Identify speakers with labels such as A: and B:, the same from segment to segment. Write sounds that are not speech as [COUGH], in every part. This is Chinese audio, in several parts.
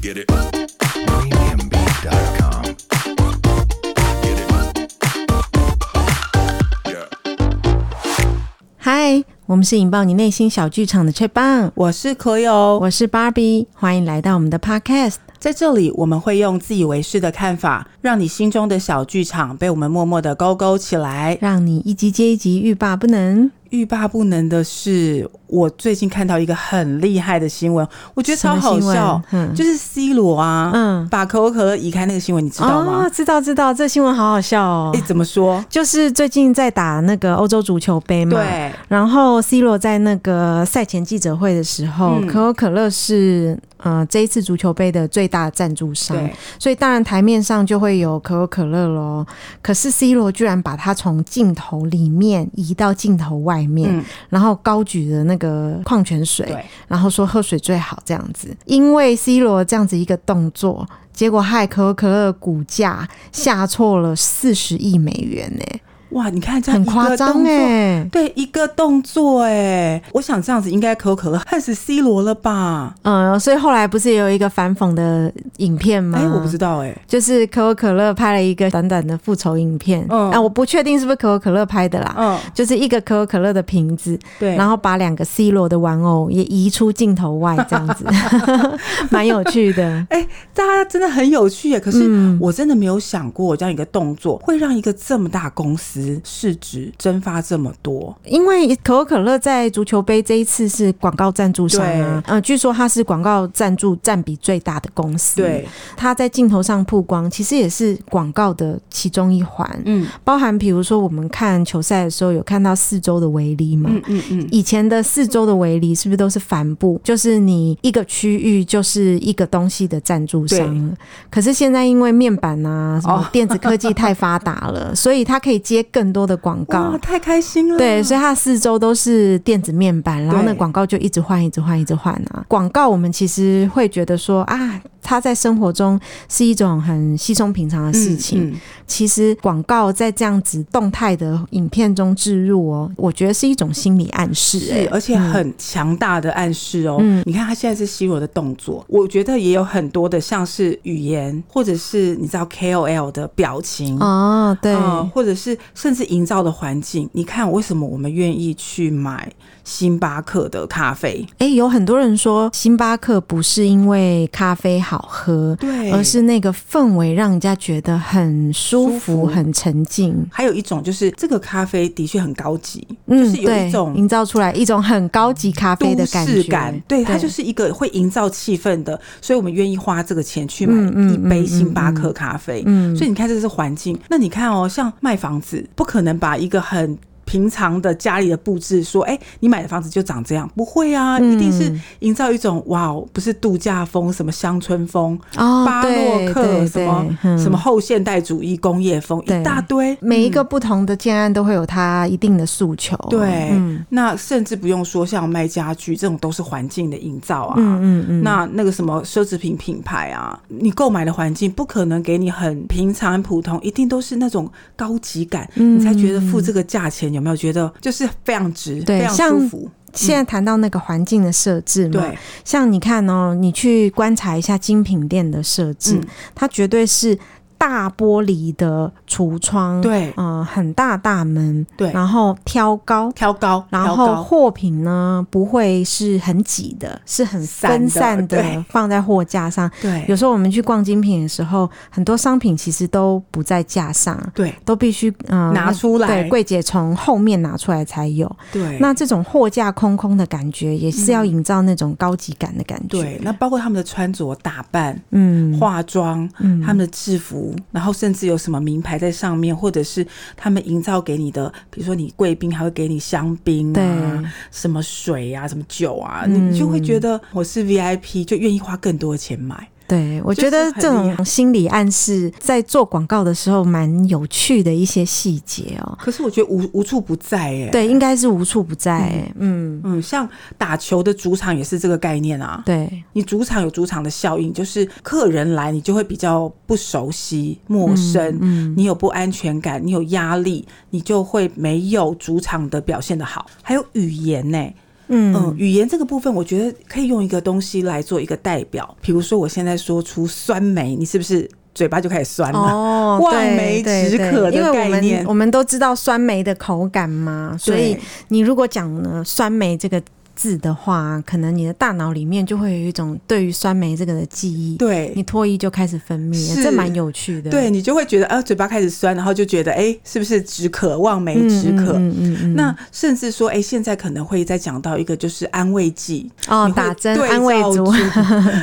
A: Get it. Premiumbeat.com. Get it. Yeah.
B: 嗨，我们是引爆你内心小剧场的雀棒，
C: 我是 Cleo，
B: 我是芭比，欢迎来到我们的 Podcast。
C: 在这里我们会用自以为是的看法，让你心中的小剧场被我们默默的勾勾起来。
B: 让你一集接一集欲罢不能。
C: 欲罢不能的是，我最近看到一个很厉害的新闻，我觉得超好
B: 什么新
C: 笑
B: 闻，嗯
C: 就是 C 罗啊，
B: 嗯
C: 把可口可乐移开那个新闻，你知道吗
B: 哦？？知道知道，这新闻好好笑哦
C: 哎、。怎么说？
B: 就是最近在打那个欧洲足球杯嘛，。
C: 对，
B: 然后 C 罗在那个赛前记者会的时候，
C: 嗯
B: 可口可乐是呃这一次足球杯的最大赞助商，
C: 对，
B: 所以当然台面上就会有可口可乐咯。可是 C 罗居然把它从镜头里面移到镜头外面，
C: 嗯，
B: 然后高举的那个矿泉水，
C: 对，
B: 然后说喝水最好这样子。因为 C 罗这样子一个动作，结果害可口可乐股价下挫了四十亿美元呢、
C: 哇，你看这样
B: 很
C: 一
B: 夸
C: 个动
B: 张
C: 作。
B: 哎、
C: 对一个动作、哎，我想这样子应该可口可乐恨死 C 罗了吧？
B: 嗯，所以后来不是也有一个反讽的影片吗？
C: 哎、我不知道、哎，
B: 就是可口可乐拍了一个短短的复仇影片，
C: 嗯
B: 啊，我不确定是不是可口可乐拍的啦，
C: 嗯，
B: 就是一个可口可乐的瓶子，
C: 对，
B: 然后把两个 C 罗的玩偶也移出镜头外，这样
C: [LAUGHS]
B: 子，蛮有趣的。
C: 哎、大家真的很有趣耶！可是
B: 嗯
C: 我真的没有想过，这样一个动作会让一个这么大公司市值蒸发这么多。
B: 因为可口可乐在足球杯这一次是广告赞助商啊，嗯、据说它是广告赞助占比最大的公司，，
C: 对，
B: 它在镜头上曝光，其实也是广告的其中一环，
C: 嗯
B: 包含比如说我们看球赛的时候有看到四周的围篱嘛。
C: 嗯嗯嗯，
B: 以前的四周的围篱是不是都是帆布？就是你一个区域就是一个东西的赞助商了。可是现在因为面板啊，什么
C: 哦
B: 电子科技太发达了，所以它可以接更多的广告
C: 哇，。太开心了！
B: 对，所以它四周都是电子面板，然后那
C: 对
B: 广告就一直换，一直换，一直换啊。广告我们其实会觉得说啊，它在生活中是一种很稀松平常的事情，
C: 嗯嗯
B: 其实广告在这样子动态的影片中置入哦，我觉得是一种心理暗示、欸，
C: 是，而且很强大的暗示哦。
B: 嗯
C: 你看他现在是 C 罗的动作，我觉得也有很多的，像是语言，或者是你知道 KOL 的表情。
B: 哦，对，
C: 嗯，或者是甚至营造的环境，你看为什么我们愿意去买星巴克的咖啡？
B: 诶，有很多人说星巴克不是因为咖啡好喝，
C: 对
B: 而是那个氛围让人家觉得很舒服、
C: 舒服
B: 很沉静。
C: 还有一种就是这个咖啡的确很高级，
B: 嗯，
C: 就是有
B: 对
C: 一种
B: 营造出来一种很高级咖啡
C: 都
B: 的感
C: 市
B: 觉，
C: 感，对，它就是一个会营造气氛的，所以我们愿意花这个钱去买
B: 嗯
C: 一
B: 嗯嗯
C: 杯
B: 嗯
C: 星巴克咖啡。
B: 嗯
C: 所以你看，这是环境。那你看哦，像卖房子，不可能把一个很平常的家里的布置说，哎、你买的房子就长这样，不会啊，一定是
B: 嗯
C: 营造一种哇哦，不是度假风，什么乡村风、
B: 哦，
C: 巴洛
B: 对
C: 克，
B: 对
C: 什么
B: 对嗯
C: 什么嗯后现代主义工业风，
B: 对
C: 一大堆。
B: 每一个不同的建案都会有它一定的诉求，
C: 对，
B: 嗯
C: 那甚至不用说像卖家具这种，都是环境的营造啊。
B: 嗯嗯嗯，
C: 那那个什么奢侈品品牌啊，你购买的环境不可能给你很平常、很普通，一定都是那种高级感，
B: 嗯
C: 你才觉得付这个价钱有没有觉得就是非常值，
B: 对
C: 非常舒服。
B: 现在谈到那个环境的设置嘛，
C: 对，
B: 像你看哦，你去观察一下精品店的设置，
C: 嗯
B: 它绝对是大玻璃的橱窗，
C: 对
B: 嗯、很大大门，
C: 对
B: 然后挑高。
C: 挑高，
B: 然
C: 挑
B: 后
C: 高，
B: 货品呢不会是很挤的，是很分散
C: 散的
B: 的，
C: 对
B: 放在货架上。有
C: 对，
B: 时候我们去逛精品的时候，很多商品其实都不在架上，
C: 对，
B: 都必须嗯、呃
C: 拿出来
B: 对，柜姐从后面拿出来才有。
C: 对，
B: 那这种货架空空的感觉，也是要营造那种高级感的感觉。
C: 对，那包括他们的穿着打扮、
B: 嗯，
C: 化妆，
B: 嗯
C: 他们的制服，然后甚至有什么名牌在上面，或者是他们营造给你的，比如说你贵宾还会给你香槟啊
B: 对，
C: 什么水啊，什么酒啊，
B: 嗯
C: 你就会觉得我是 VIP，就愿意花更多的钱买。
B: 对，我觉得
C: 就
B: 这
C: 是很厉
B: 种
C: 害
B: 心理暗示在做广告的时候蛮有趣的一些细节哦。
C: 可是我觉得无无处不在哎、
B: 对，应该是无处不在、欸。嗯，
C: 嗯，像打球的主场也是这个概念啊。
B: 对，
C: 你主场有主场的效应，就是客人来你就会比较不熟悉、陌生，
B: 嗯
C: 你有不安全感，你有压力，你就会没有主场的表现的好。还有语言呢、
B: 嗯，
C: 嗯，语言这个部分，我觉得可以用一个东西来做一个代表，比如说我现在说出酸梅，你是不是嘴巴就开始酸了？
B: 哦，
C: 望
B: 对
C: 梅
B: 对
C: 止
B: 对
C: 渴的
B: 因为我
C: 概
B: 们
C: 念
B: 我们都知道酸梅的口感嘛，所以
C: [LAUGHS] 对
B: 你如果讲呢酸梅这个字的话，可能你的大脑里面就会有一种对于酸梅这个的记忆，
C: 对
B: 你唾液就开始分泌了，
C: 是
B: 这蛮有趣的。
C: 对，你就会觉得啊，嘴巴开始酸，然后就觉得哎、是不是止渴？望梅
B: 嗯，
C: 止渴。
B: 嗯嗯嗯，
C: 那甚至说，哎、现在可能会再讲到一个就是安慰剂，
B: 哦
C: 你，会
B: 打针
C: 对
B: 安慰
C: 照
B: [LAUGHS] 足
C: 住，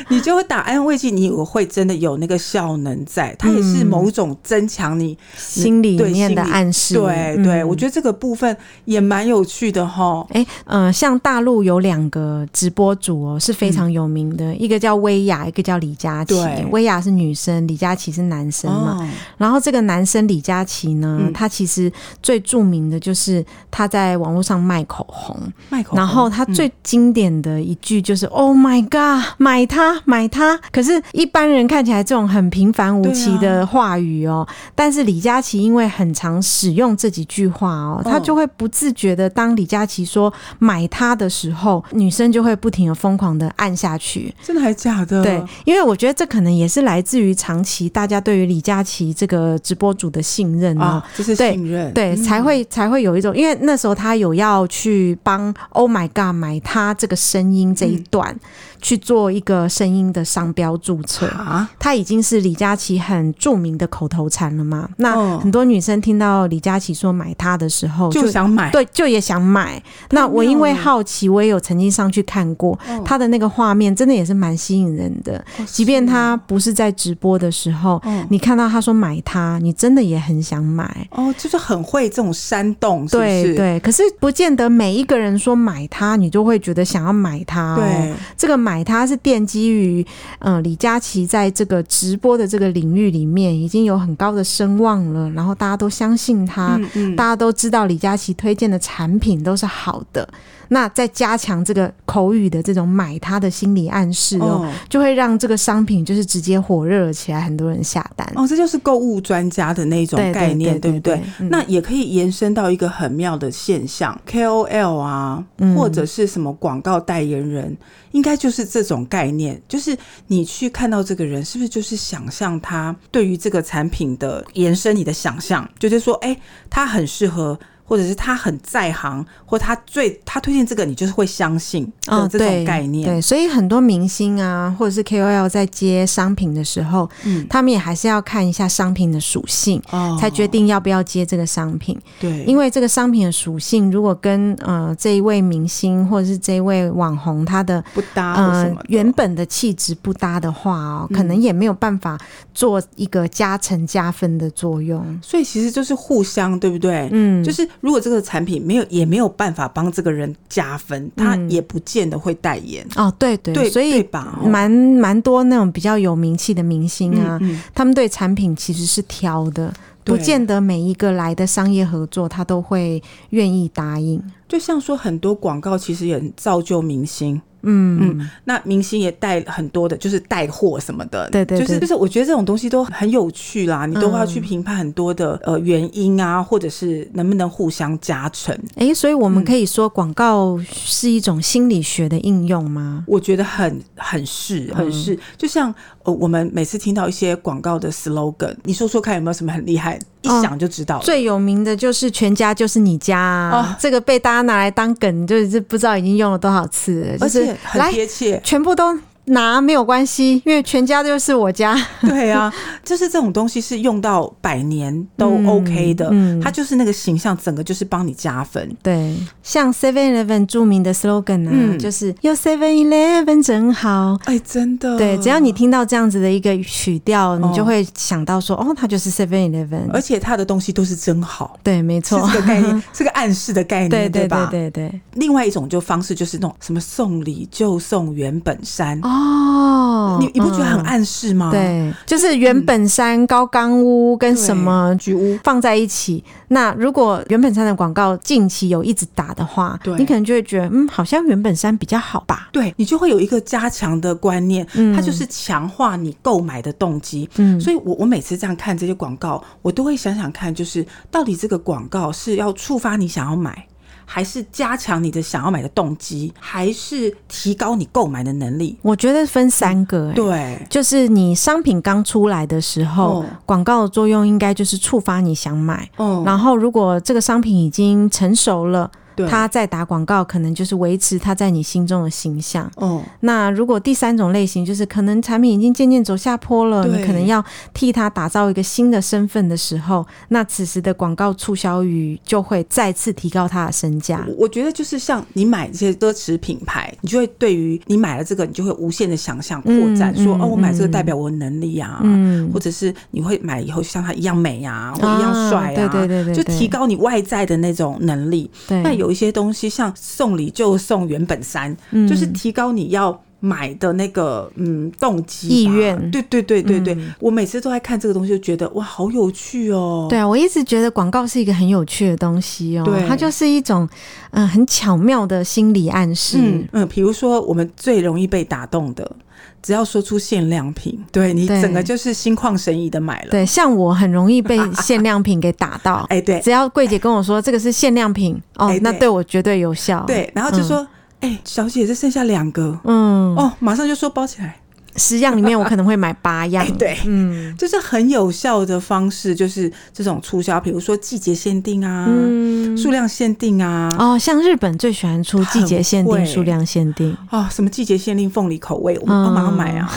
C: 你就会打安慰剂，你我会真的有那个效能在，它也是
B: 嗯
C: 某种增强你。
B: 心里
C: 对
B: 面的
C: 心理
B: 暗示，
C: 对对，
B: 嗯
C: 我觉得这个部分也蛮有趣的哈。
B: 哎，嗯、像大陆有两个直播主哦，是非常有名的，一个叫薇娅，一个叫李佳琦
C: 嗯对。
B: 薇娅是女生，李佳琦是男生嘛。
C: 哦，
B: 然后这个男生李佳琦呢，
C: 嗯
B: 他其实最著名的就是他在网络上卖口红，
C: 麦口红，嗯
B: 然后他最经典的一句就是、Oh my God，买它，买它！”可是，一般人看起来这种很平凡无奇的话语哦，但是李佳琦因为很常使用这几句话哦，
C: 嗯
B: 他就会不自觉的，当李佳琦说“买它”的时候，女生就会不停的疯狂的按下去。
C: 嗯真的还假的？
B: 对，因为我觉得这可能也是来自于长期大家对于李佳琦这个直播主的信任哦。
C: 啊，这是
B: 对
C: 信任，
B: 对，才会才会有一种，因为那时候他有要去帮 Oh My God 买他这个声音这一段、去做一个声音的商标注册。
C: 啊，
B: 他已经是李佳琦很著名的口头禅了嘛？那
C: 嗯
B: 很多女生听到李佳琦说买它的时候，
C: 就想哦买，
B: 对，就也想买。那我因为
C: 妙了
B: 好奇，我也有曾经上去看过，
C: 哦
B: 它的那个画面真的也是蛮吸引人的。即便他不是在直播的时候，
C: 嗯
B: 你看到他说买它，你真的也很想买。
C: 哦，就是很会这种煽动，是不
B: 对
C: 是？
B: 对，可是不见得每一个人说买它，你就会觉得想要买它、哦。，
C: 对，
B: 这个买它是奠基于，嗯、李佳琦在这个直播的这个领域里面已经有很高的声望了，然后大家都相信他，
C: 嗯嗯
B: 啊大家都知道李佳琦推荐的产品都是好的，那再加强这个口语的这种买它的心理暗示哦。
C: 哦
B: 就会让这个商品就是直接火热了起来，很多人下单。
C: 哦，这就是购物专家的那种
B: 对对
C: 概念，
B: 对
C: 对不对
B: 对嗯？
C: 那也可以延伸到一个很妙的现象，KOL 啊，
B: 嗯
C: 或者是什么广告代言人，应该就是这种概念，就是你去看到这个人，是不是就是想象他对于这个产品的延伸你的想象，就是说，哎，他很适合。或者是他很在行，或他最他推荐这个，你就是会相信的
B: 哦，
C: 这种概念。
B: 对，所以很多明星啊，或者是 KOL 在接商品的时候，
C: 嗯
B: 他们也还是要看一下商品的属性。
C: 哦
B: 才决定要不要接这个商品，
C: 对，
B: 因为这个商品的属性如果跟呃这一位明星或者是这一位网红他的
C: 不搭或什
B: 呃
C: 么的嗯
B: 原本的气质不搭的话哦，可能也没有办法做一个加成加分的作用。
C: 所以其实就是互相，对不对？
B: 嗯，
C: 就是如果这个产品没有，也没有办法帮这个人加分，他也不见得会代言，
B: 哦，对嗯对，
C: 对
B: 所
C: 对
B: 以
C: 吧？哦
B: 蛮蛮多那种比较有名气的明星啊，
C: 嗯
B: 他们对产品其实是挑的，不
C: 对
B: 见得每一个来的商业合作他都会愿意答应。
C: 就像说很多广告其实也很造就明星，
B: 嗯，
C: 那明星也带很多的，就是带货什么的，
B: 对对
C: 就是
B: 对嗯
C: 就是我觉得这种东西都很有趣啦，你都要去评判很多的、呃原因啊，或者是能不能互相加成，
B: 诶，所以我
C: 嗯
B: 们可以说广告是一种心理学的应用吗？
C: 我觉得很很是
B: 嗯
C: 很是，就像呃我们每次听到一些广告的 slogan，你说说看有没有什么很厉害，一
B: 哦
C: 想就知道了。
B: 最有名的就是“全家就是你家、啊
C: 哦
B: 这个被大家拿来当梗，就是不知道已经用了多少次了，就
C: 而
B: 是
C: 且很
B: 来，
C: 贴切
B: 全部都拿没有关系，因为全家就是我家。
C: 对啊，就是这种东西是用到百年都 OK 的，
B: 嗯
C: 它就是那个形象，整个就是帮你加分。
B: 对，像 Seven Eleven 著名的 slogan 啊，
C: 嗯
B: 就是有 Seven Eleven 真好。
C: 哎、真的，
B: 对，只要你听到这样子的一个曲调，你
C: 哦
B: 就会想到说，哦，它就是 Seven Eleven。
C: 而且它的东西都是真好，
B: 对，没
C: 是
B: 错，
C: 这个
B: [LAUGHS]
C: 概念，是个暗示的概念，
B: 对对
C: 吧？
B: 对对对。
C: 另外一种就方式就是那种什么送礼就送原本山，
B: 哦，哦，
C: 你你不觉得很
B: 嗯
C: 暗示吗？，
B: 对，就是原本山、高冈屋跟什么
C: 居屋
B: 放在一起。那如果原本山的广告近期有一直打的话
C: 对，
B: 你可能就会觉得，嗯，好像原本山比较好吧。
C: 对你就会有一个加强的观念，
B: 嗯
C: 它就是强化你购买的动机。
B: 嗯
C: 所以我我每次这样看这些广告，我都会想想看，就是到底这个广告是要触发你想要买。还是加强你的想要买的动机，还是提高你购买的能力？
B: 我觉得分三个、欸，
C: 对，
B: 就是你商品刚出来的时候
C: 哦，
B: 广、告的作用应该就是触发你想买。
C: 嗯，
B: 然后，如果这个商品已经成熟了，
C: 对，
B: 它再打广告，可能就是维持它在你心中的形象。
C: 哦，
B: 那如果第三种类型就是可能产品已经渐渐走下坡了，
C: 对
B: 你可能要替它打造一个新的身份的时候，那此时的广告促销语就会再次提高它的身价
C: 我。我觉得就是像你买这些奢侈品牌，你就会对于你买了这个，你就会无限的想象扩展，
B: 嗯
C: 说
B: 嗯
C: 哦，我买这个
B: 嗯
C: 代表我的能力啊，
B: 嗯
C: 或者是你会买以后像他一样美啊，或一样帅啊，
B: 对对对对
C: 就
B: 对
C: 提高你外在的那种能力。
B: 对，
C: 那有一些东西，像送礼就送原本三，
B: 嗯
C: 就是提高你要。买的那个嗯动机吧
B: 意愿嗯
C: 对对对对对，我每次都在看这个东西，就觉得哇，好有趣哦。
B: 对啊，我一直觉得广告是一个很有趣的东西哦
C: 对，
B: 它就是一种嗯、呃很巧妙的心理暗示。
C: 嗯嗯，比如说我们最容易被打动的，只要说出限量品，对你
B: 对
C: 整个就是心旷神怡的买了。
B: 对，像我很容易被限量品给打到，
C: [LAUGHS] 哎对
B: 只要柜姐跟我说这个是限量品，哦，
C: 哎
B: 那
C: 对
B: 对我绝对有嗯效。
C: 对，然后就说，哎、小姐，这剩下两个、
B: 嗯，
C: 哦，马上就说包起
B: [LAUGHS]
C: 来。
B: 十样里面我可能会买八样
C: [LAUGHS] 哎，，对，
B: 嗯
C: 就是很有效的方式，就是这种促销，比如说季节限定啊，
B: 嗯，
C: 数量限定啊。
B: 哦，像日本最喜欢出季节限
C: 很
B: 定、
C: 会
B: 数量限定，
C: 哦，什么季节限定凤梨口味，我们
B: 嗯
C: 帮忙买啊！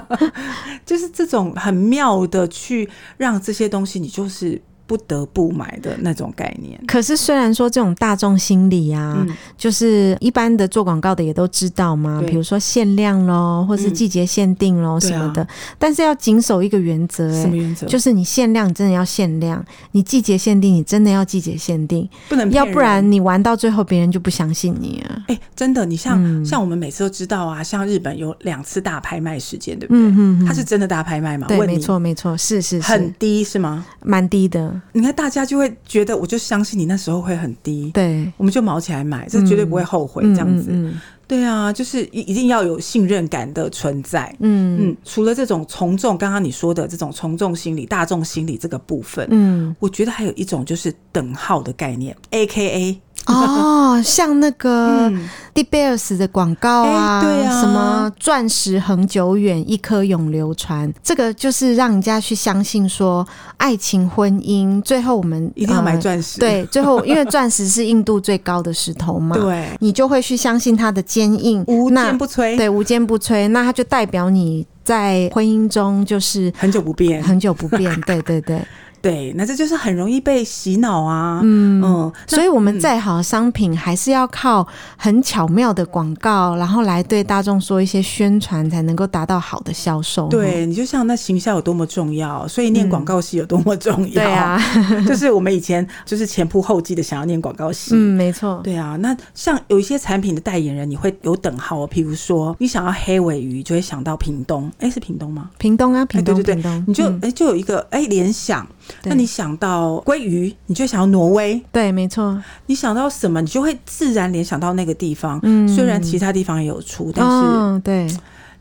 C: [LAUGHS] 就是这种很妙的去让这些东西，你就是不得不买的那种概念。
B: 可是虽然说这种大众心理啊，
C: 嗯
B: 就是一般的做广告的也都知道嘛，
C: 对
B: 比如说限量喽，或是
C: 嗯
B: 季节限定喽、
C: 对啊
B: 什么的，但是要谨守一个原则、
C: 什么
B: 欸。
C: 原则？
B: 就是你限量真的要限量，你季节限定你真的要季节限定，
C: 不能骗
B: 要
C: 人，
B: 不然你玩到最后别人就不相信你了。
C: 哎、真的，你像、
B: 嗯
C: 像我们每次都知道啊，像日本有两次大拍卖时间，对不对？
B: 嗯嗯，
C: 它是真的大拍卖吗？
B: 对，
C: 问你
B: 没，错没错，是是
C: 很
B: 是，
C: 低是吗？
B: 蛮低的，
C: 你看大家就会觉得，我就相信你那时候会很低。
B: 对，
C: 我们就毛起来买，这绝对不会后悔。
B: 嗯
C: 这样子，
B: 嗯嗯
C: 对啊，就是一一定要有信任感的存在。
B: 嗯
C: 嗯，除了这种从众，刚刚你说的这种从众心理、大众心理这个部分，
B: 嗯，
C: 我觉得还有一种就是等号的概念，A K A。
B: [LAUGHS] 哦，像那个
C: 嗯
B: d e b e r s 的广告啊，
C: 哎对啊
B: 什么钻石恒久远，一颗永流传，这个就是让人家去相信说爱情、婚姻，最后我们
C: 一定要买
B: 呃
C: 钻石。
B: 对，最后因为钻石是硬度最高的石头
C: [LAUGHS]
B: 嘛，
C: 对，
B: 你就会去相信它的坚硬，
C: 无
B: 那
C: 坚不摧。
B: 对无坚不摧，那它就代表你在婚姻中就是
C: 很久不变。
B: 很久不变，对对对。
C: 对，那这就是很容易被洗脑啊。嗯嗯，
B: 所以，我们再好的商品，还是要靠很巧妙的广告，然后来对大众说一些宣传，才能够达到好的销售。
C: 对你就像那行销有多么重要，所以念广告系有多么重要。
B: 嗯对啊，，
C: 就是我们以前就是前仆后继的想要念广告系。
B: 嗯，没错，
C: 对啊，那像有一些产品的代言人，你会有等号哦。譬如说，你想要黑尾鱼，就会想到屏东，哎，是屏东吗？
B: 屏东啊，
C: 哎，
B: 屏
C: 对
B: 东，
C: 对对
B: 屏东，，
C: 你就
B: 嗯
C: 哎就有一个哎联想。
B: 对
C: 那你想到鲑鱼，你就会想到挪威；
B: 对，没错，
C: 你想到什么，你就会自然联想到那个地方。
B: 嗯
C: 虽然其他地方也有出，但是
B: 哦，对，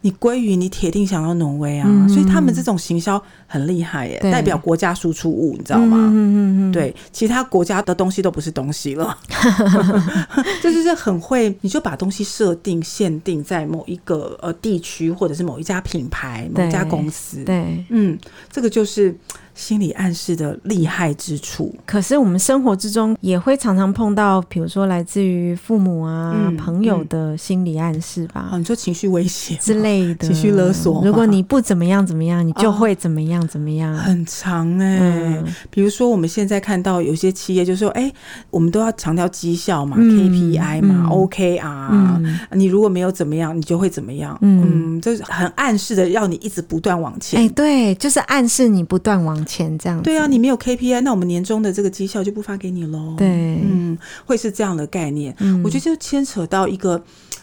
C: 你鲑鱼，你铁定想要挪威啊，
B: 嗯
C: 所以他们这种行销很厉害耶，
B: 对
C: 代表国家输出物，你知道
B: 嗯
C: 吗？
B: 嗯嗯嗯，
C: 对，其他国家的东西都不是东西了， [LAUGHS] 这就是很会，你就把东西设定限定在某一个呃地区，或者是某一家品牌、某一家
B: 对
C: 公司。
B: 对。
C: 嗯，这个就是心理暗示的厉害之处。
B: 可是我们生活之中也会常常碰到，比如说来自于父母啊、
C: 嗯
B: 朋友
C: 嗯
B: 的心理暗示吧。
C: 啊，你说情绪威胁吗
B: 嗯之类的
C: 情绪勒索 [LAUGHS]
B: 如果
C: 嘛
B: 你不怎么样怎么样，你就
C: 哦
B: 会怎么样怎么样。
C: 很长 [LAUGHS] 哎、
B: 嗯
C: 比如说我们现在看到有些企业就说，哎、我们都要强调绩效嘛、
B: 嗯
C: k p i 嘛、
B: 嗯
C: OKR，、
B: 嗯
C: 啊你如果没有怎么样，你就会怎么样，嗯
B: 嗯
C: 就是很暗示的要你一直不断往前。
B: 哎、对，就是暗示你不断往前这样子。
C: 对啊，你没有 KPI，那我们年终的这个绩效就不发给你喽。
B: 对，
C: 嗯，会是这样的概念。
B: 嗯
C: 我觉得就牵扯到一个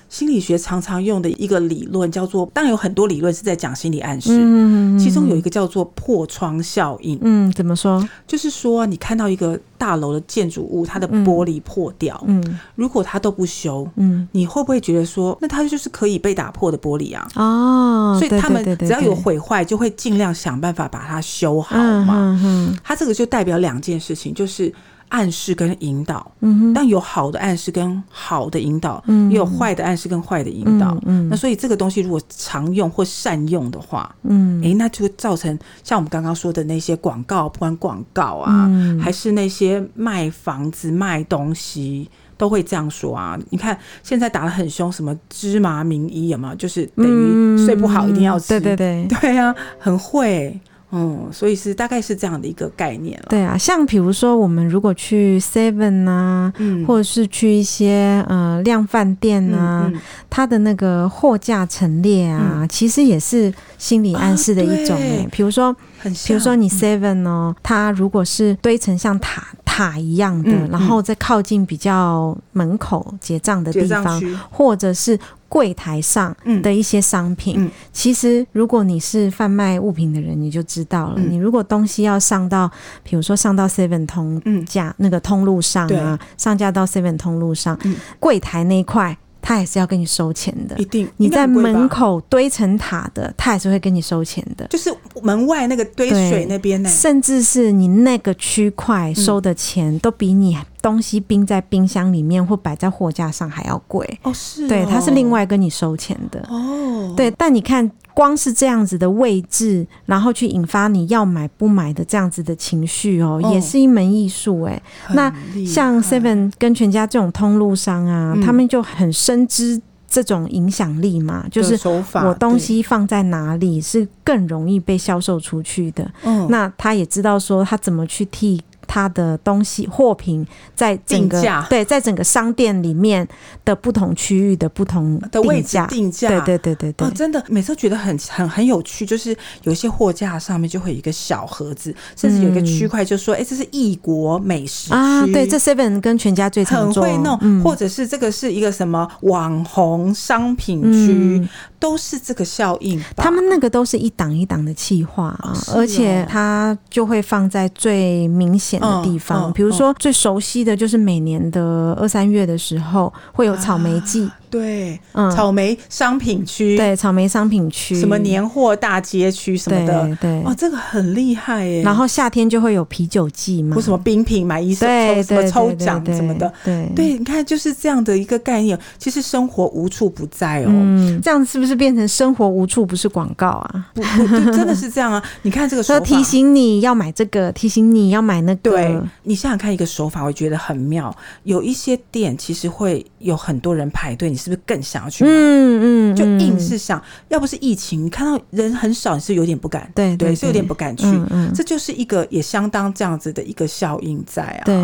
C: 心理学常常用的一个理论叫做，当然有很多理论是在讲心理暗示，
B: 嗯
C: 其中有一个叫做破窗效应，
B: 嗯怎么说？
C: 就是说你看到一个大楼的建筑物，它的玻璃破掉，
B: 嗯
C: 如果它都不修，
B: 嗯
C: 你会不会觉得说，那它就是可以被打破的玻璃啊？
B: 哦，
C: 所以
B: 对
C: 他们
B: 对对
C: 只要
B: 对
C: 有
B: 对
C: 毁坏，就会尽量想办法把它修好
B: 嗯
C: 嘛。
B: 嗯嗯
C: 它这个就代表两件事情，就是暗示跟引导。
B: 嗯哼
C: 但有好的暗示跟好的引导，
B: 嗯
C: 也有坏的暗示跟坏的引导。
B: 嗯
C: 那所以这个东西如果常用或善用的话，
B: 嗯
C: 诶、那就会造成像我们刚刚说的那些广告，不管广告啊，
B: 嗯
C: 还是那些卖房子、卖东西，都会这样说啊。你看现在打得很凶，什么芝麻名医有没有？就是等于睡不好一定要吃，
B: 嗯对对对。
C: 对呀、很会，嗯，所以是大概是这样的一个概念了。
B: 对啊，像比如说，我们如果去 Seven 啊，
C: 嗯
B: 或者是去一些呃量贩店啊，
C: 嗯
B: 它的那个货架陈列啊，其实也是心理暗示的一种、
C: 啊
B: 欸
C: 对。
B: 比如说，
C: 很像，嗯
B: 比如说你 Seven 哦，它如果是堆成像塔塔一样的，
C: 嗯嗯
B: 然后再靠近比较门口结账的
C: 嗯结
B: 地
C: 账
B: 方，
C: 区，
B: 或者是柜台上
C: 嗯
B: 的一些商品，
C: 嗯
B: 其实如果你是贩卖物品的人，你就知道了。
C: 嗯
B: 你如果东西要上到，比如说上到 Seven 通
C: 嗯
B: 架、那个通路上啊
C: 对，
B: 上架到 Seven 通路上，
C: 嗯
B: 柜台那一块，他也是要跟你收钱的
C: 一。定
B: 嗯你在门。
C: 应该很贵吧
B: 口堆成塔的，他也是会跟你收钱的。
C: 就是门外那个堆
B: 对
C: 水那边呢、
B: 甚至是你那个区块收的钱，都比你东西冰在冰箱里面或摆在货架上还要贵。
C: 哦，是哦
B: 对，他是另外跟你收钱的。
C: 哦，
B: 对，但你看，光是这样子的位置，然后去引发你要买不买的这样子的情绪哦，
C: 哦
B: 也是一门艺术哎。
C: 很
B: 那
C: 厉害，
B: 像 Seven 跟全家这种通路商啊，
C: 嗯
B: 他们就很深知这种影响力嘛，就
C: 的
B: 是
C: 手法，
B: 我东西放在哪里是更容易被销售出去的。
C: 对，嗯，
B: 那他也知道说他怎么去替他的东西货品在整
C: 定
B: 个
C: 价
B: 对在整个商店里面的不同区域的不同
C: 的位
B: 定
C: 置
B: 价，
C: 定价，
B: 对对对对对
C: 哦，，真的，每次都觉得很很很有趣，就是有一些货架上面就会有一个小盒子，甚至有一个区块就说，哎、这是异国美食区
B: 嗯啊，对，这 Seven 跟全家最常
C: 很
B: 做，
C: 会弄，
B: 嗯
C: 或者是这个是一个什么网红商品区，
B: 嗯
C: 都是这个效应吧。
B: 他们那个都是一档一档的企划啊，
C: 是哦
B: 而且它就会放在最明显的地
C: 嗯
B: 方，
C: 嗯
B: 比如说最熟悉的就是每年的二三月的时候会有草莓季，
C: 对、
B: 嗯，
C: 啊草莓商品区，
B: 对草莓商品区，
C: 什么年货大街区什么的，
B: 对对，
C: 哦，这个很厉害耶。
B: 然后夏天就会有啤酒季嘛，
C: 或什么冰品买一送抽
B: 嗯对
C: 什么
B: 对
C: 抽
B: 对对
C: 奖
B: 对嗯
C: 什么的，
B: 对。
C: 对，你看就是这样的一个概念。其实生活无处不在哦，
B: 嗯，这样是不是变成生活无处不是广告啊？
C: 不不，就真的是这
B: [LAUGHS]
C: 样啊！你看这个手
B: 说
C: 法，
B: 提醒你要买这个，提醒你要买那个，
C: 对你想想看，一个手法我觉得很妙。有一些店其实会有很多人排队，你是不是更想要去买？
B: 嗯嗯，
C: 就硬
B: 嗯
C: 是想，要不是疫情，你看到人很少，你是有点不敢，
B: 对对
C: 是有点不敢去。
B: 嗯嗯，
C: 这就是一个也相当这样子的一个效应在啊。
B: 对。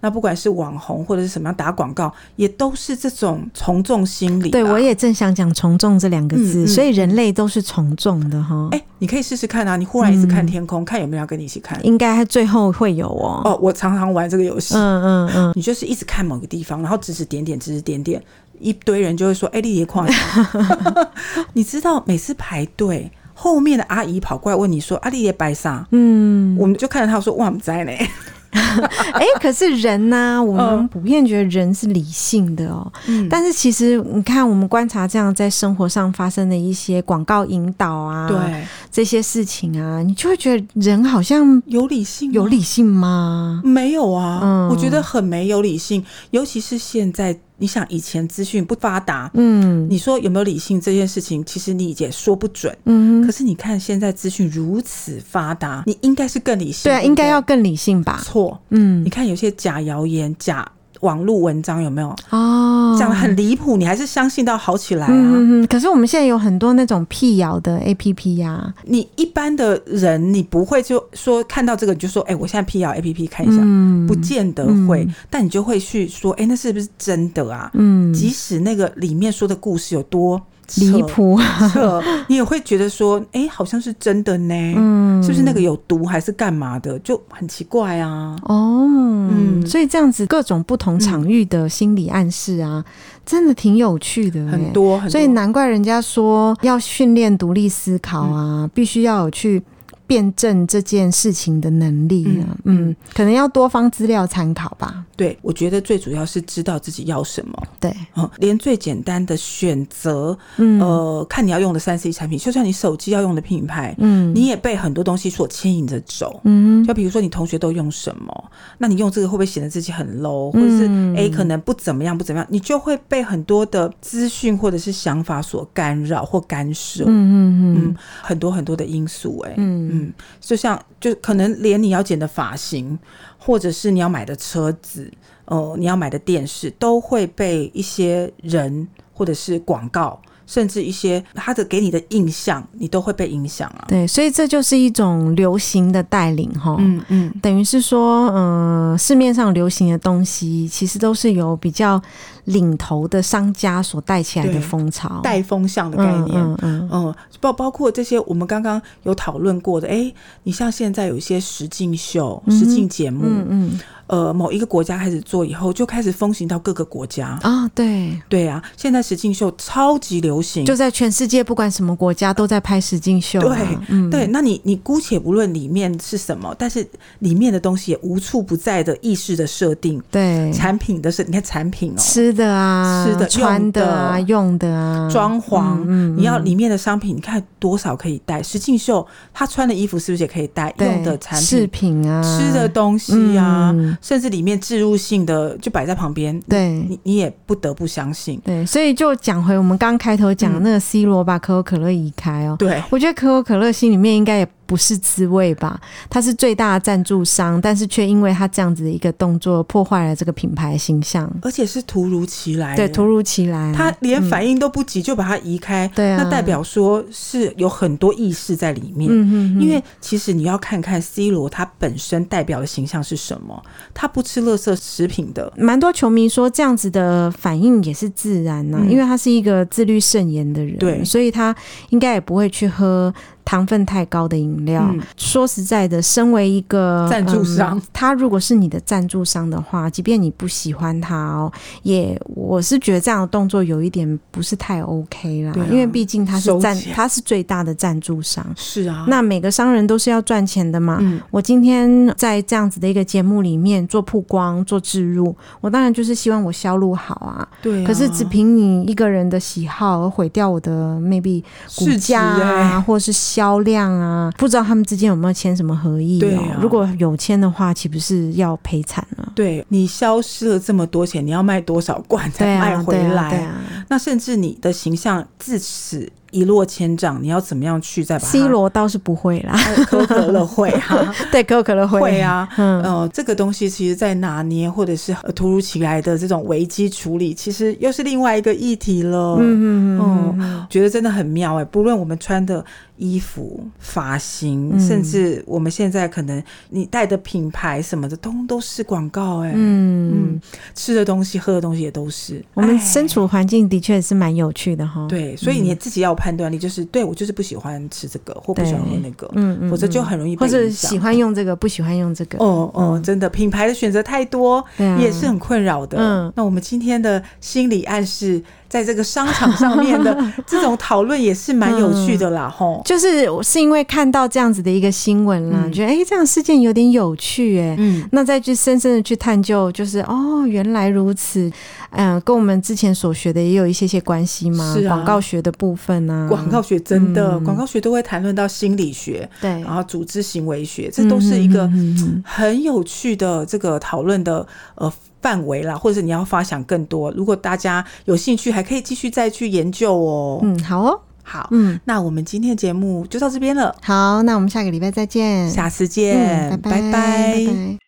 C: 那不管是网红或者是什么样打广告，也都是这种从众心理、啊。
B: 对，我。也正想讲“从众”这两个字，
C: 嗯嗯
B: 所以人类都是从众的哈。
C: 哎、你可以试试看啊！你忽然一直看天空，看有没有人要跟你一起看。
B: 应该最后会有哦。
C: 哦，我常常玩这个游戏。
B: 嗯嗯嗯，
C: 你就是一直看某个地方，然后指指点点，指指点点，一堆人就会说：“哎、丽姐矿。” [LAUGHS] 你知道每次排队，后面的阿姨跑过来问你说：“啊阿丽姐白啥？”嗯，我们就看着她说：“哇，我们在呢。
B: 哎、可是人呢、我们
C: 嗯
B: 普遍觉得人是理性的哦。
C: 嗯
B: 但是其实你看，我们观察这样在生活上发生的一些广告引导啊，
C: 对，
B: 这些事情啊，你就会觉得人好像
C: 有理性吗啊
B: 有理性吗？
C: 没有啊？
B: 嗯
C: 我觉得很没有理性，尤其是现在，你想以前资讯不发达，
B: 嗯
C: 你说有没有理性这件事情，其实你也说不准。
B: 嗯
C: 可
B: 哼，
C: 是你看现在资讯如此发达，你应该是更理性，
B: 对啊，
C: 不
B: 应该要更理性吧？
C: 错。
B: 嗯
C: 你看有些假谣言、假网络文章有没有
B: 哦，
C: 嗯讲的很啊离谱，你还是相信到好起来啊？
B: 嗯嗯嗯。可是我们现在有很多那种辟谣的 A P P 呀、
C: 你一般的人，你不会就说看到这个你就说，哎、我现在辟谣 A P P 看一下，
B: 嗯
C: 不见得会，但你就会去说，哎、那是不是真的啊？
B: 嗯
C: 即使那个里面说的故事有多
B: 离谱，
C: 扯，你也会觉得说，哎、好像是真的呢，
B: 嗯，
C: 是不是那个有毒还是干嘛的，就很奇怪啊。
B: 哦，
C: 嗯
B: 所以这样子各种不同场域的心理暗示啊，真的挺有趣的、欸，
C: 很多很多，
B: 所以难怪人家说要训练独立思考啊，
C: 嗯
B: 必须要有去辩证这件事情的能力啊。嗯
C: 嗯
B: 可能要多方资料参考吧。
C: 对，我觉得最主要是知道自己要什么。
B: 对，
C: 嗯，连最简单的选择，
B: 嗯
C: 呃，看你要用的三 C 产品，就算你手机要用的品牌，
B: 嗯
C: 你也被很多东西所牵引着走。
B: 嗯
C: 就比如说你同学都用什么，那你用这个会不会显得自己很 low，或者是
B: 嗯
C: A 可能不怎么样不怎么样，你就会被很多的资讯或者是想法所干扰或干涉。
B: 嗯嗯
C: 嗯，很多很多的因素、欸，哎，
B: 嗯嗯
C: 嗯，就像就可能连你要剪的发型，或者是你要买的车子，呃，你要买的电视，都会被一些人或者是广告，甚至一些他的给你的印象，你都会被影响啊。
B: 对，所以这就是一种流行的带领哈。
C: 嗯嗯，
B: 等于是说，嗯、市面上流行的东西，其实都是由比较领头的商家所带起来的
C: 对
B: 风潮，
C: 带风向的概念。嗯
B: 嗯嗯
C: 包包括这些我们刚刚有讨论过的，哎、你像现在有一些实境秀、实境节目，
B: 嗯嗯
C: 呃，某一个国家开始做以后，就开始风行到各个国家。
B: 啊、对，
C: 对啊，现在实境秀超级流行，
B: 就在全世界不管什么国家都在拍实境秀、啊，
C: 对
B: 嗯，
C: 对，那你你姑且不论里面是什么，但是里面的东西也无处不在的意识的设定，
B: 对，
C: 产品的设，你看产品哦，
B: 吃的啊，
C: 吃的
B: 穿的啊，用的啊，
C: 装潢，
B: 嗯嗯
C: 你要里面的商品，你看多少可以带。石进秀他穿的衣服是不是也可以带？
B: 对
C: 用的产
B: 饰
C: 品、
B: 品啊，
C: 吃的东西啊，
B: 嗯
C: 甚至里面置入性的就摆在旁边，
B: 对。
C: 你你也不得不相信。
B: 对，所以就讲回我们刚开头讲的
C: 嗯
B: 那个 C 罗把可口可乐移开哦，
C: 对，
B: 我觉得可口可乐心里面应该也不是滋味吧，它是最大的赞助商，但是却因为它这样子的一个动作破坏了这个品牌形象，
C: 而且是突如其来的，
B: 对，突如嗯其来，
C: 他哎连反应都不及就把它移开，
B: 对啊
C: 那代表说是有很多意识在里面。
B: 嗯嗯，
C: 因为其实你要看看 C 罗他本身代表的形象是什么，他不吃垃圾食品的，
B: 蛮多球迷说这样子的反应也是自然呐、啊
C: 嗯
B: 因为他是一个自律慎言的人，
C: 对
B: 所以他应该也不会去喝糖分太高的饮料。
C: 嗯
B: 说实在的，身为一个
C: 赞助商
B: 嗯他如果是你的赞助商的话，即便你不喜欢他哦，也我是觉得这样的动作有一点不是太 OK 啦，
C: 对啊
B: 因为毕竟他是
C: 收
B: 赞
C: 起来
B: 他是最大的赞助商，
C: 是啊，
B: 那每个商人都是要赚钱的嘛，
C: 嗯，
B: 我今天在这样子的一个节目里面做曝光、做植入，我当然就是希望我销路好啊。
C: 对啊、
B: 可是只凭你一个人的喜好而毁掉我的 maybe 股
C: 市值
B: 价啊，
C: 欸，
B: 或是销量啊，不知道他们之间有没有签什么合意、哦？
C: 对啊
B: 如果有签的话，岂不是要赔惨了？
C: 对你消失了这么多钱，你要卖多少罐
B: 对
C: 才
B: 啊，
C: 卖回
B: 对
C: 来？
B: 啊，对啊。
C: 那甚至你的形象自此一落千丈，你要怎么样去再把它
B: C 罗倒是不会
C: [LAUGHS]
B: 啦，
C: 哎可口可乐会
B: [LAUGHS]
C: [LAUGHS] 啊，
B: 对，可口可乐
C: 会，啊，
B: 嗯
C: 呃，这个东西其实，在拿捏或者是呃突如其来的这种危机处理，其实又是另外一个议题了。
B: 嗯嗯嗯嗯，
C: 嗯，觉得真的很妙哎、不论我们穿的衣服、发型，
B: 嗯
C: 甚至我们现在可能你带的品牌什么的，通通都是广告哎、
B: 嗯
C: 嗯，吃的东西、喝的东西也都是。
B: 我们嗯
C: 哎
B: 身处环境的确是蛮有趣的哈。，
C: 对，所以你自己要有判断力，就是对我就是不喜欢吃这个，或不喜欢喝那个，
B: 嗯嗯，
C: 否则就
B: 嗯
C: 很容易被
B: 或者
C: 影响
B: 喜。欢用这个，不喜欢用这个，
C: 哦哦，真的，品牌的选择太多，
B: 对啊，
C: 也是很困扰的。
B: 嗯
C: 那我们今天的心理暗示，在这个商场上面的这种讨论也是蛮有趣的
B: [LAUGHS]
C: 啦，吼、
B: 就是我是因为看到这样子的一个新闻啦，
C: 嗯
B: 觉得哎、诶这样事件有点有趣哎、
C: 嗯，
B: 那再去深深的去探究，就是哦，原来如此，嗯、跟我们之前所学的也有一些些关系嘛，
C: 是啊
B: 广告学的部分啊，
C: 广告学真的，
B: 嗯
C: 广、告学都会谈论到心理学，
B: 对
C: 然，后组织行为学，啊这都是一个
B: 嗯嗯嗯嗯
C: 很有趣的这个讨论的呃范围啦，或者你要发想更多。如果大家有兴趣，还可以继续再去研究哦。
B: 嗯，好哦，
C: 好，
B: 嗯，
C: 那我们今天的节目就到这边了，
B: 好，那我们下个礼拜再见，
C: 下次见
B: 嗯嗯，，拜
C: 拜
B: 拜拜。